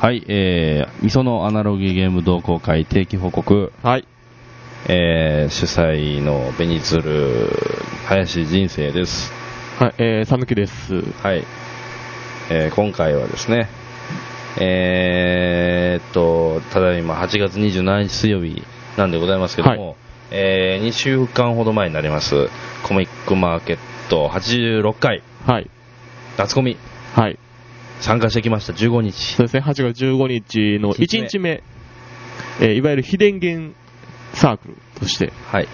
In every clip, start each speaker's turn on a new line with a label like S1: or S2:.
S1: はい、えー、みそのアナログゲーム同好会定期報告、
S2: はい。
S1: えー、主催のベニズル、林人生です。
S2: はい、えー、さぬきです。
S1: はい。えー今回はですね、えーっと、ただいま8月27日水曜日なんでございますけども、え2週間ほど前になります、コミックマーケット86回、
S2: はい。
S1: 夏コミ、
S2: はい。
S1: 参加してきました、15日
S2: そ。うですね、8月15日の
S1: 一日
S2: 1
S1: 目
S2: 日目、えー、いわゆる非電源サークルとして
S1: はい。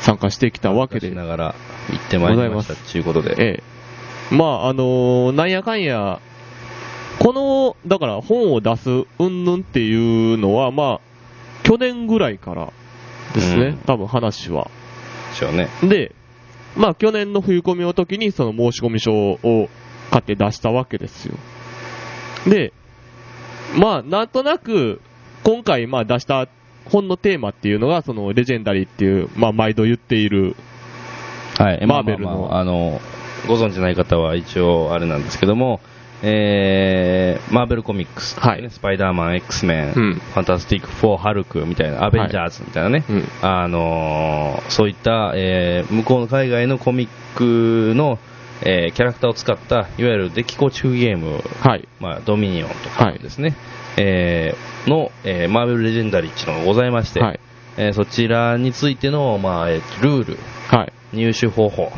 S2: 参加してきたわけ
S1: し
S2: で、
S1: ながら行ってまいりました
S2: ございます
S1: ということで、
S2: えー、まあ、あのー、なんやかんや、この、だから本を出す、うんぬんっていうのは、まあ、去年ぐらいからですね、
S1: うん
S2: 多分話は。
S1: でしょうね。
S2: で、まあ、去年の冬込みの時にその申し込み書を買って出したわけですよ。で、まあ、なんとなく、今回まあ出した本のテーマっていうのが、そのレジェンダリーっていう、まあ、毎度言っている、
S1: はい、
S2: マーベル
S1: まあ
S2: の
S1: まあまああの、ご存知ない方は一応あれなんですけども、えー、マーベルコミックス、
S2: はい
S1: スパイダーマン、X メン、
S2: うん
S1: ファンタスティック4、ハルクみたいな、アベンジャーズみたいなね、
S2: うん
S1: あのーそういった、えー向こうの海外のコミックの、えーキャラクターを使った、いわゆるデッキ構築ゲーム、
S2: はい、
S1: まあ、ドミニオンとか
S2: はい
S1: ですね、えーの、えーマーベルレジェンダリーっていうのがございまして、
S2: はい、
S1: えーそちらについての、まあえールール、
S2: はい。
S1: 入手方法、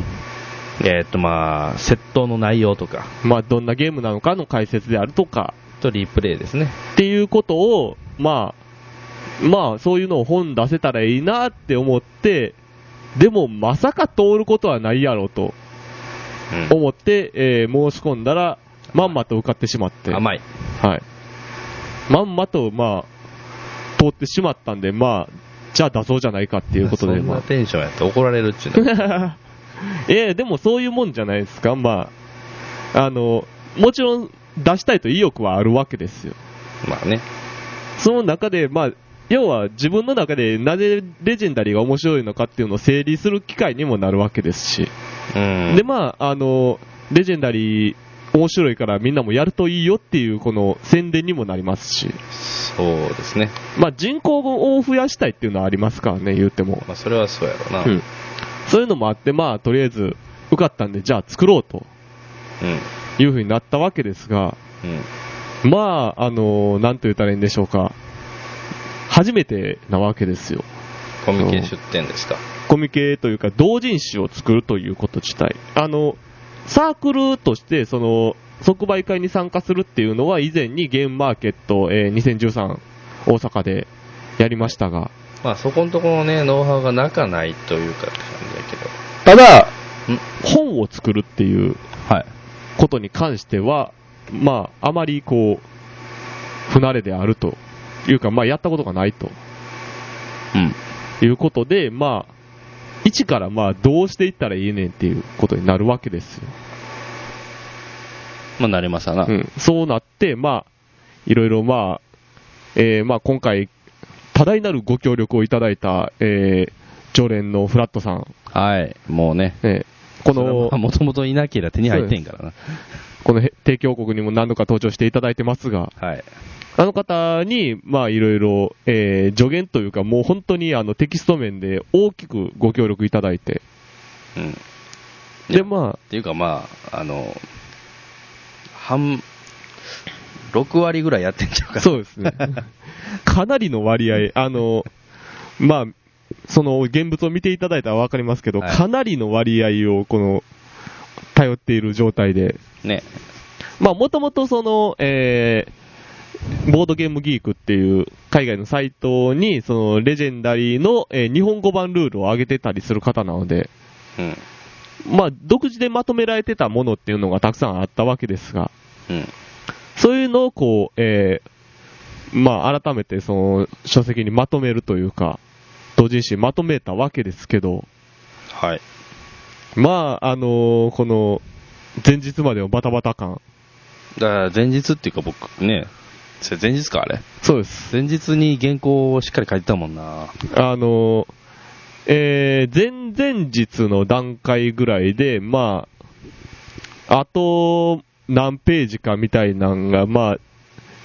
S1: えーっとまあ、窃盗の内容とか、
S2: まあ、どんなゲームなのかの解説であるとか、
S1: とリプレイですね。
S2: っていうことを、まあ、まあ、そういうのを本出せたらいいなって思って、でも、まさか通ることはないやろうと。
S1: うん
S2: 思って、えー申し込んだら、まんまと受かってしまって、
S1: 甘い。
S2: はい、まんまと、まあ、通ってしまったんで、まあ、じゃあ出そうじゃないかっていうことで、
S1: そん
S2: ま
S1: な
S2: あ、
S1: テンションやって怒られるっちゅう の
S2: えーでもそういうもんじゃないですか、まあ、あの、もちろん出したいと意欲はあるわけですよ。
S1: まあね。
S2: その中で、まあ、要は自分の中でなぜレジェンダリーが面白いのかっていうのを整理する機会にもなるわけですし。
S1: うん。
S2: で、まあ、あの、レジェンダリー、面白いからみんなもやるといいよっていうこの宣伝にもなりますし、
S1: そうですね。
S2: まあ人口を増やしたいっていうのはありますからね、言うても。
S1: まあそれはそうやろうな。
S2: う
S1: うん
S2: ん。そういうのもあって、まあとりあえず受かったんで、じゃあ作ろうというふうになったわけですが、
S1: うん。
S2: まあ、あの、なんと言ったらいいんでしょうか。初めてなわけですよ。
S1: コミケ出店ですか。
S2: コミケというか同人誌を作るということ自体。あの、サークルとして、その、即売会に参加するっていうのは以前にゲームマーケット、えー2013大阪でやりましたが、
S1: まあそこのところね、ノウハウがなかないというかって感じだけど。
S2: ただ
S1: ん、
S2: 本を作るっていう
S1: はい。
S2: ことに関しては、まあ、あまりこう、不慣れであるというか、まあ、やったことがないと
S1: うん。
S2: いうことで、まあ、一からまあ、どうしていったらいいねんっていうことになるわけですよ。
S1: まあ慣れましたな。
S2: うん、そうなって、まあ、いろいろまあ、えーまあ今回、多大なるご協力をいただいた、えー常連のフラットさん、
S1: はい。もうね。
S2: えーこ
S1: それ
S2: の
S1: は、もともといなければ手に入ってんからな。
S2: このへ提供国にも何度か登場していただいてますが、
S1: はい。
S2: あの方に、まあいろいろ、えー助言というか、もう本当にあのテキスト面で大きくご協力いただいて、
S1: うん。っ
S2: でま
S1: ていうかまあ、あの、半、6割ぐらいやってんちゃうか
S2: あ、
S1: な
S2: そうです ね。かなりの割合、あの、まあ、その現物を見ていただいたらわかりますけど、
S1: はい
S2: かなりの割合をこの、頼っている状態で、
S1: ね。
S2: まあ、もともとその、えーボードゲームギークっていう海外のサイトに、そのレジェンダリーの、えー日本語版ルールを上げてたりする方なので、
S1: うん。
S2: まあ、独自でまとめられてたものっていうのがたくさんあったわけですが、
S1: うん。
S2: そういうのをこう、えーまあ、改めてその書籍にまとめるというか、同人誌にまとめたわけですけど、
S1: はい。
S2: まあ、あのーこの、前日までのバタバタ感。
S1: だから前日っていうか僕ね、それ前日かあれ。
S2: そうです。
S1: 前日に原稿をしっかり書いてたもんな。
S2: あのーえー前々日の段階ぐらいで、まあ、あと何ページかみたいなんが、まあ、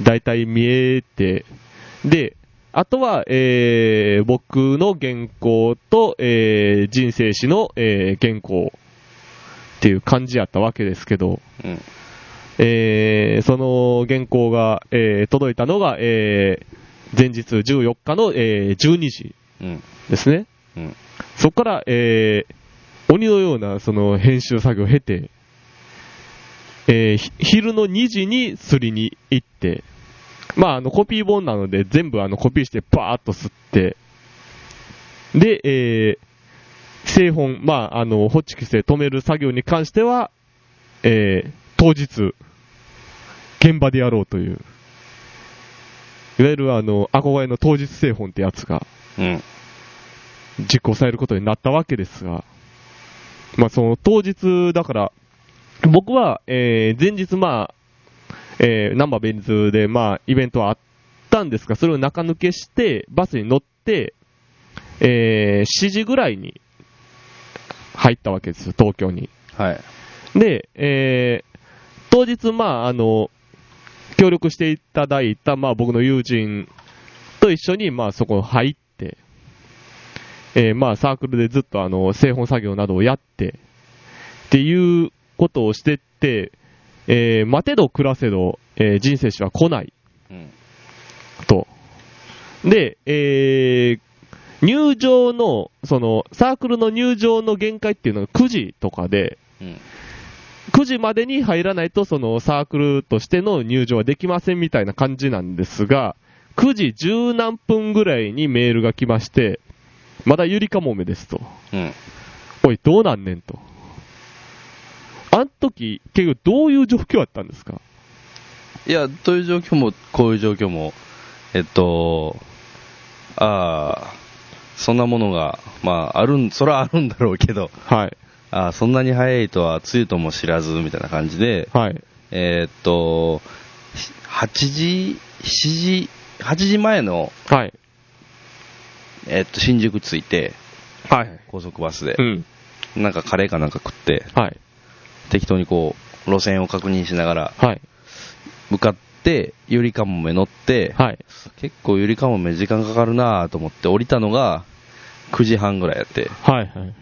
S2: 大体見えて、で、あとは、えー、僕の原稿と、えー、人生史の、えー、原稿っていう感じやったわけですけど、
S1: うん。
S2: えー、その原稿が、えー、届いたのが、えー、前日14日の、えー、12時
S1: うん。
S2: ですね。
S1: うん。
S2: そこから、えー、鬼のようなその編集作業を経て、えーひ昼の2時に釣りに行って、まあ、あのコピー本なので全部あのコピーしてバーッと吸って、で、えー、製本、まあ、あの、ホッチキスで止める作業に関しては、えー、当日、現場でやろうという、いわゆるあの、憧れの当日製本ってやつが、
S1: うん。
S2: 実行されることになったわけですが、まあ、その当日、だから、僕は、えー前日、まあ、えー、ナンバーベンズで、まあ、イベントはあったんですが、それを中抜けして、バスに乗って、えー7時ぐらいに入ったわけですよ、東京に。
S1: はい。
S2: で、えー当日、まあ、あの、協力していただいた、まあ、僕の友人と一緒に、まあ、そこ入って、えーまあ、サークルでずっと、あの、製本作業などをやって、っていうことをしてって、えー待てど暮らせど、えー人生史は来ない。
S1: うん。
S2: と。で、えー入場の、その、サークルの入場の限界っていうのが9時とかで、
S1: うん。
S2: 9時までに入らないと、そのサークルとしての入場はできませんみたいな感じなんですが、9時十何分ぐらいにメールが来まして、まだゆりかもめですと。
S1: うん。
S2: おい、どうなんねんと。あん時、結局どういう状況だったんですか
S1: いや、どういう状況も、こういう状況も、えっと、ああ、そんなものが、まあ、あるん、それはあるんだろうけど、
S2: はい。
S1: ああ、そんなに早いとは、つゆとも知らず、みたいな感じで、
S2: はい。
S1: えーっと、し8時、7時、8時前の、
S2: はい。
S1: えーっと、新宿着いて、
S2: はい。
S1: 高速バスで
S2: う、ん。
S1: なんかカレーかなんか食って、
S2: はい。
S1: 適当にこう、路線を確認しながら、
S2: はい。
S1: 向かって、ゆりかもめ乗って、
S2: はい。
S1: 結構ゆりかもめ時間かかるなぁと思って降りたのが9時半ぐらいやって、
S2: はい。はい。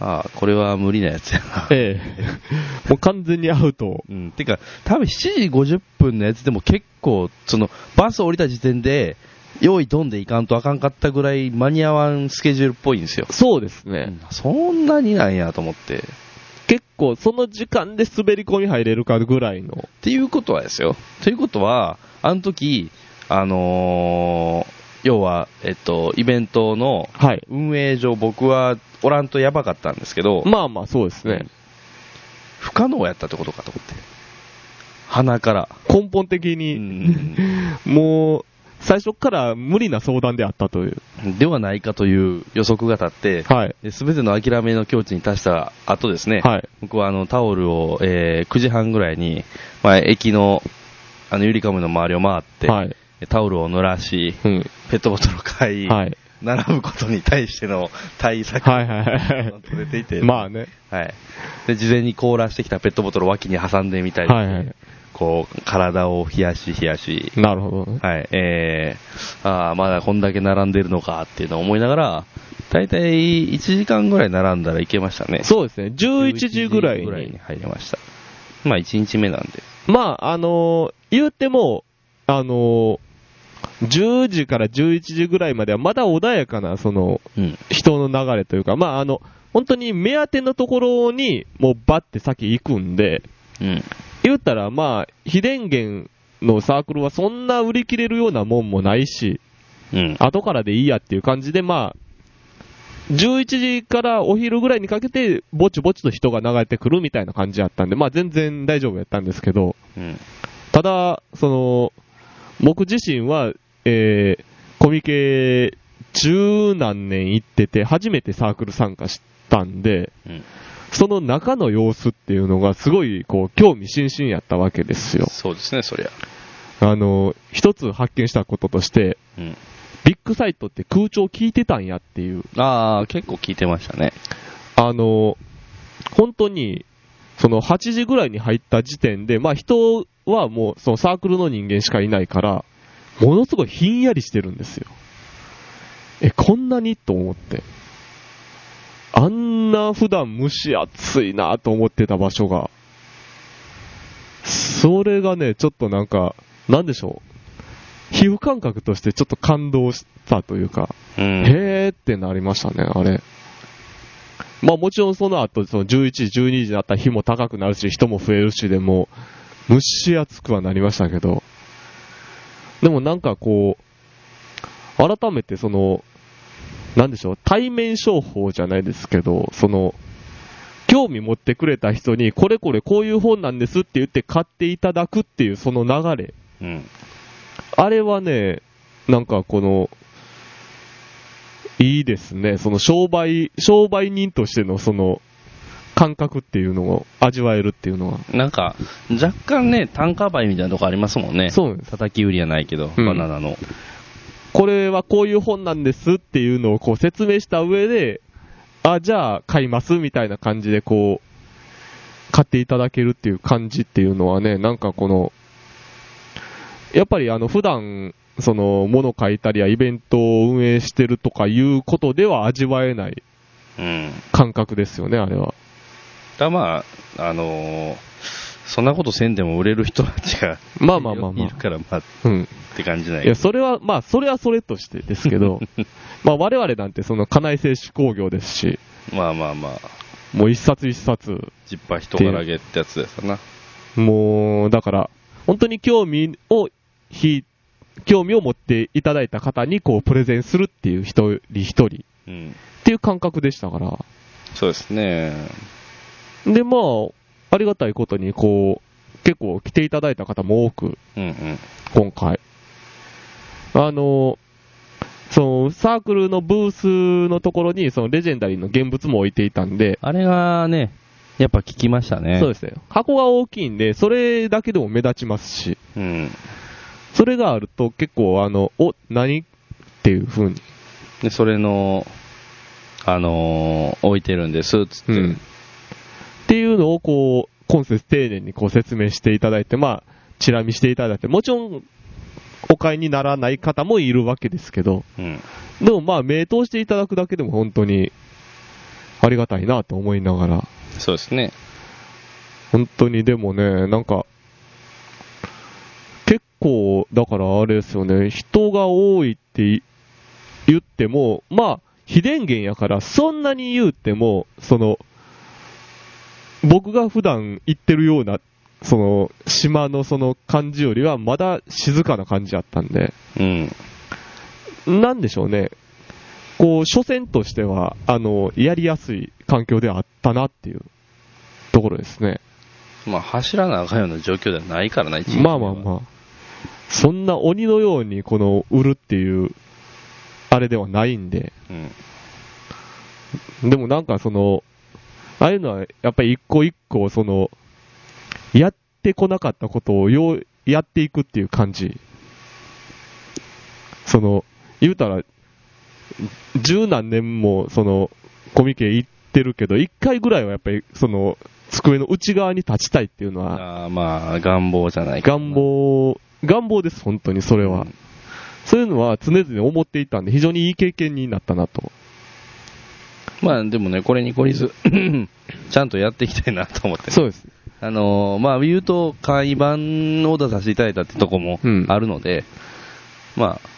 S1: ああ、これは無理なやつやな。
S2: ええ もう完全にアウト。
S1: うん、てか、多分7時50分のやつでも結構、その、バス降りた時点で、用意どんでいかんとあかんかったぐらい間に合わんスケジュールっぽいんですよ。
S2: そうですね。
S1: そんなになんやと思って。っ
S2: 結構その時間で滑り込み入れるかぐらいの。
S1: ていうことはですよ。ということは、あの時、あのー要は、えっと、イベントの
S2: はい。
S1: 運営上僕はおらんとやばかったんですけど、
S2: まあまあそうですね。
S1: 不可能やったってことかと思って。鼻から。
S2: 根本的
S1: う
S2: に、
S1: ん
S2: もう、最初から無理な相談であったという。
S1: ではないかという予測が立って、
S2: はい。
S1: すべての諦めの境地に達した後ですね、
S2: はい。
S1: 僕はあのタオルを、えー9時半ぐらいに、まあ、駅のあのゆりかむの周りを回って、
S2: はい。
S1: タオルを濡らし、
S2: うん。
S1: ペットボトルを買い、
S2: はい。
S1: 並ぶことに対しての対策
S2: はいはいは
S1: を取れていて、
S2: い。まあね。
S1: はい、で事前に凍らしてきたペットボトルを脇に挟んでみたり、
S2: はいはい。
S1: こう体を冷やし冷やし、
S2: なるほどね。
S1: はい、えー、ああ、まだこんだけ並んでるのかっていうのを思いながら、大体1時間ぐらい並んだらいけましたね。
S2: そうですね。11時ぐらい
S1: 11時
S2: に。
S1: 入りました。まあ1日目なんで。
S2: まあ、あのー言うても、あのー10時から11時ぐらいまではまだ穏やかな、その、
S1: うん。
S2: 人の流れというか、まあ、あの、本当に目当てのところに、もうバッて先行くんで、
S1: うん。
S2: 言ったら、まあ、非電源のサークルはそんな売り切れるようなもんもないし、
S1: うん。
S2: 後からでいいやっていう感じで、まあ、11時からお昼ぐらいにかけて、ぼちぼちと人が流れてくるみたいな感じやったんで、まあ全然大丈夫やったんですけど、
S1: うん。
S2: ただ、その、僕自身は、えー、コミケ、十何年行ってて、初めてサークル参加したんで、
S1: うん。
S2: その中の様子っていうのがすごい、こう、興味津々やったわけですよ。
S1: そうですね、そりゃ。
S2: あの、一つ発見したこととして、
S1: うん。
S2: ビッグサイトって空調聞いてたんやっていう、
S1: ああ、結構聞いてましたね。
S2: あの、本当に、その8時ぐらいに入った時点で、まあ人はもうそのサークルの人間しかいないから、ものすごいひんやりしてるんですよ。え、こんなにと思って。あんな普段蒸し暑いなと思ってた場所が、それがね、ちょっとなんか、なんでしょう。皮膚感覚としてちょっと感動したというか、
S1: うん。
S2: へーってなりましたね、あれ。まあもちろんその後、その11時、12時になったら日も高くなるし、人も増えるしでも、蒸し暑くはなりましたけど、でもなんかこう、改めてその、なんでしょう、対面商法じゃないですけど、その、興味持ってくれた人に、これこれこういう本なんですって言って買っていただくっていうその流れ、
S1: うん。
S2: あれはね、なんかこの、いいですね。その商売、商売人としてのその、感覚っていうのを味わえるっていうのは。
S1: なんか、若干ね、単価倍みたいなとこありますもんね。
S2: そうなんです。
S1: 叩き売りやないけど、
S2: うん
S1: バナナの。
S2: これはこういう本なんですっていうのをこう説明した上で、あ、じゃあ買いますみたいな感じでこう、買っていただけるっていう感じっていうのはね、なんかこの、やっぱりあの普段、その物書いたりやイベントを運営してるとかいうことでは味わえない
S1: うん。
S2: 感覚ですよね、あれは。
S1: だまあ、あのーそんなことせんでも売れる人たちが、
S2: まあまあまあま
S1: いる
S2: あ。
S1: から、まあ、っ
S2: うん。
S1: て感じない
S2: いや、それは、まあ、それはそれとしてですけ ど、まあ我々なんてその家内製紙工業ですし、
S1: まあまあまあ、
S2: もう一冊一冊、
S1: ジッパー人からげってやつですかな。
S2: もう、だから、本当に興味をひ、興味を持っていただいた方に、こう、プレゼンするっていう一人一人っ
S1: うん。
S2: ていう感覚でしたから。
S1: そうですね。
S2: で、まあ、ありがたいことに、こう、結構来ていただいた方も多く、
S1: うんうん。
S2: 今回。あの、その、サークルのブースのところに、その、レジェンダリーの現物も置いていたんで、
S1: あれがね、やっぱ聞きましたね。
S2: そうですね。箱が大きいんで、それだけでも目立ちますし、
S1: うん。
S2: それがあると結構、あの、お、何っていう風に
S1: で、それの、あのー置いてるんです、つって。
S2: うん。っていうのをこう、今節丁寧にこう説明していただいて、まあ、チラ見していただいて、もちろん、お買いにならない方もいるわけですけど、
S1: うん。
S2: でもまあ、名通していただくだけでも本当に、ありがたいなと思いながら、
S1: そうですね。
S2: 本当にでもね、なんか、結構、だからあれですよね、人が多いってい言っても、まあ、非電源やから、そんなに言うても、その、僕が普段行ってるような、その、島のその感じよりは、まだ静かな感じやったんで、
S1: うん。
S2: なんでしょうね、こう、所詮としては、あの、やりやすい環境ではあったなっていうところですね。
S1: まあ、走らなあかんような状況ではないからな、一
S2: まあまあまあ。そんな鬼のようにこの売るっていう、あれではないんで。
S1: あ。うん。
S2: でもなんかその、ああいうのはやっぱり一個一個その、やってこなかったことをようやっていくっていう感じ。その、言うたら、十何年もその、コミケ行ってるけど、一回ぐらいはやっぱりその、机の内側に立ちたいっていうのは、
S1: あーまあ、願望じゃないかな
S2: 願望、願望です、本当に、それは。
S1: うん
S2: そういうのは常々思っていたんで、非常にいい経験になったなと。
S1: まあでもね、これに懲りず、 ちゃんとやっていきたいなと思って。
S2: そうです。
S1: あのーまあ言うと、会版を出させていただいたってとこも
S2: うん
S1: あるので、まあ、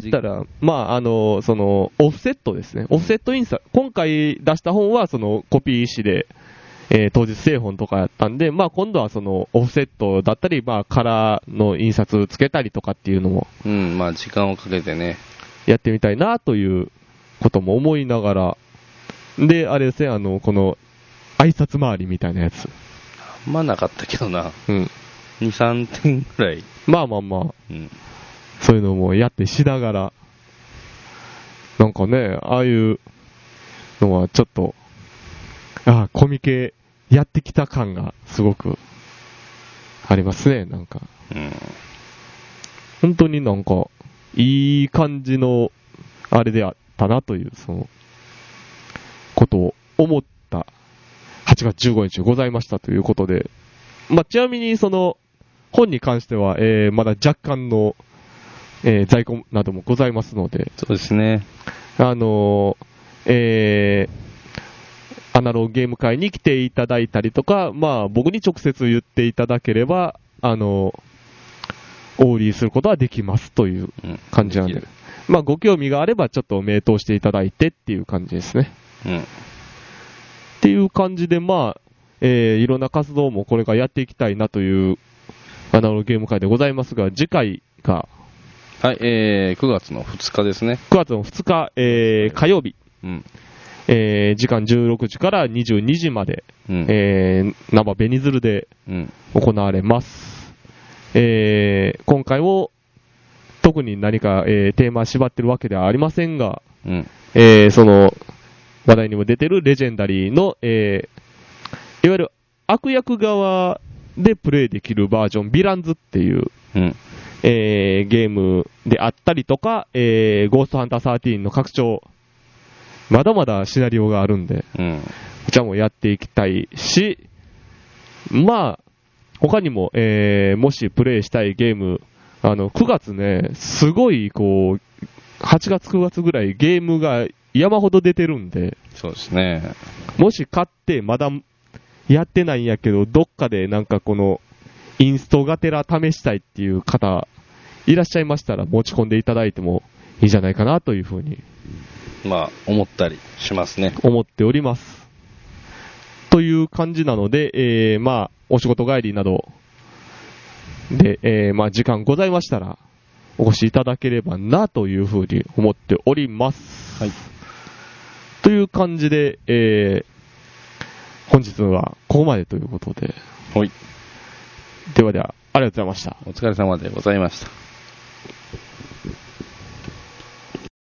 S2: 言ったら、まあ、あの、その、オフセットですね。オフセット印刷。今回出した本は、その、コピー紙で、えー当日製本とかやったんで、まあ、今度はその、オフセットだったり、まあ、カラーの印刷つけたりとかっていうのも
S1: うん、まあ時間をかけてね、
S2: やってみたいなということも思いながら、で、あれですね、あの、この、挨拶回りみたいなやつ。
S1: あんまなかったけどな、
S2: うん。
S1: 2、3点ぐらい、
S2: まあまあまあ、
S1: うん、
S2: そういうのもやってしながら、なんかね、ああいうのはちょっと、ああ、コミケやってきた感がすごくありますね、なんか。
S1: うん、
S2: 本当になんか、いい感じの、あれであったなという、その、ことを思った8 8月15日ございましたということで、まあ、ちなみにその、本に関しては、えー、まだ若干の、えー、在庫などもございますので、
S1: そうですね。
S2: あのーえー、アナログゲーム会に来ていただいたりとか、まあ、僕に直接言っていただければ、あのー、お売りすることはできますという
S1: うん
S2: 感じなんで、まあ、ご興味があれば、ちょっと名答していただいてっていう感じですね。
S1: うん。
S2: っていう感じで、まあ、えーいろんな活動もこれからやっていきたいなという、アナログゲーム会でございますが、次回が
S1: はい、えー、9月の2日ですね。
S2: 9月の2日、えー火曜日、
S1: うん。
S2: えー時間16時から22時まで、
S1: うん。
S2: えー、生ベニズルで
S1: うん。
S2: 行われます。えー今回を特に何か、えーテーマ縛ってるわけではありませんが、
S1: うん。
S2: えーその、話題にも出てるレジェンダリーの、えーいわゆる悪役側でプレイできるバージョン、ヴィランズっていう、
S1: うん。
S2: えーゲームであったりとか、えーゴーストハンター13の拡張、まだまだシナリオがあるんで、
S1: うん。
S2: こちらもやっていきたいし、まあ、他にも、えーもしプレイしたいゲーム、あの、9月ね、すごい、こう、8月9月ぐらいゲームが山ほど出てるんで、
S1: そうですね。
S2: もし買ってまだやってないんやけど、どっかでなんかこの、インストがてら試したいっていう方、いらっしゃいましたら持ち込んでいただいてもいいんじゃないかなというふうに
S1: まあ、思ったりしますね。
S2: 思っております。という感じなので、えー、まあ、お仕事帰りなどで、えー、まあ、時間ございましたら、お越しいただければな、というふうに思っております。
S1: はい。
S2: という感じで、えー、本日はここまでということで、
S1: はい。
S2: ではでは、ありがとうございました。
S1: お疲れ様でございました。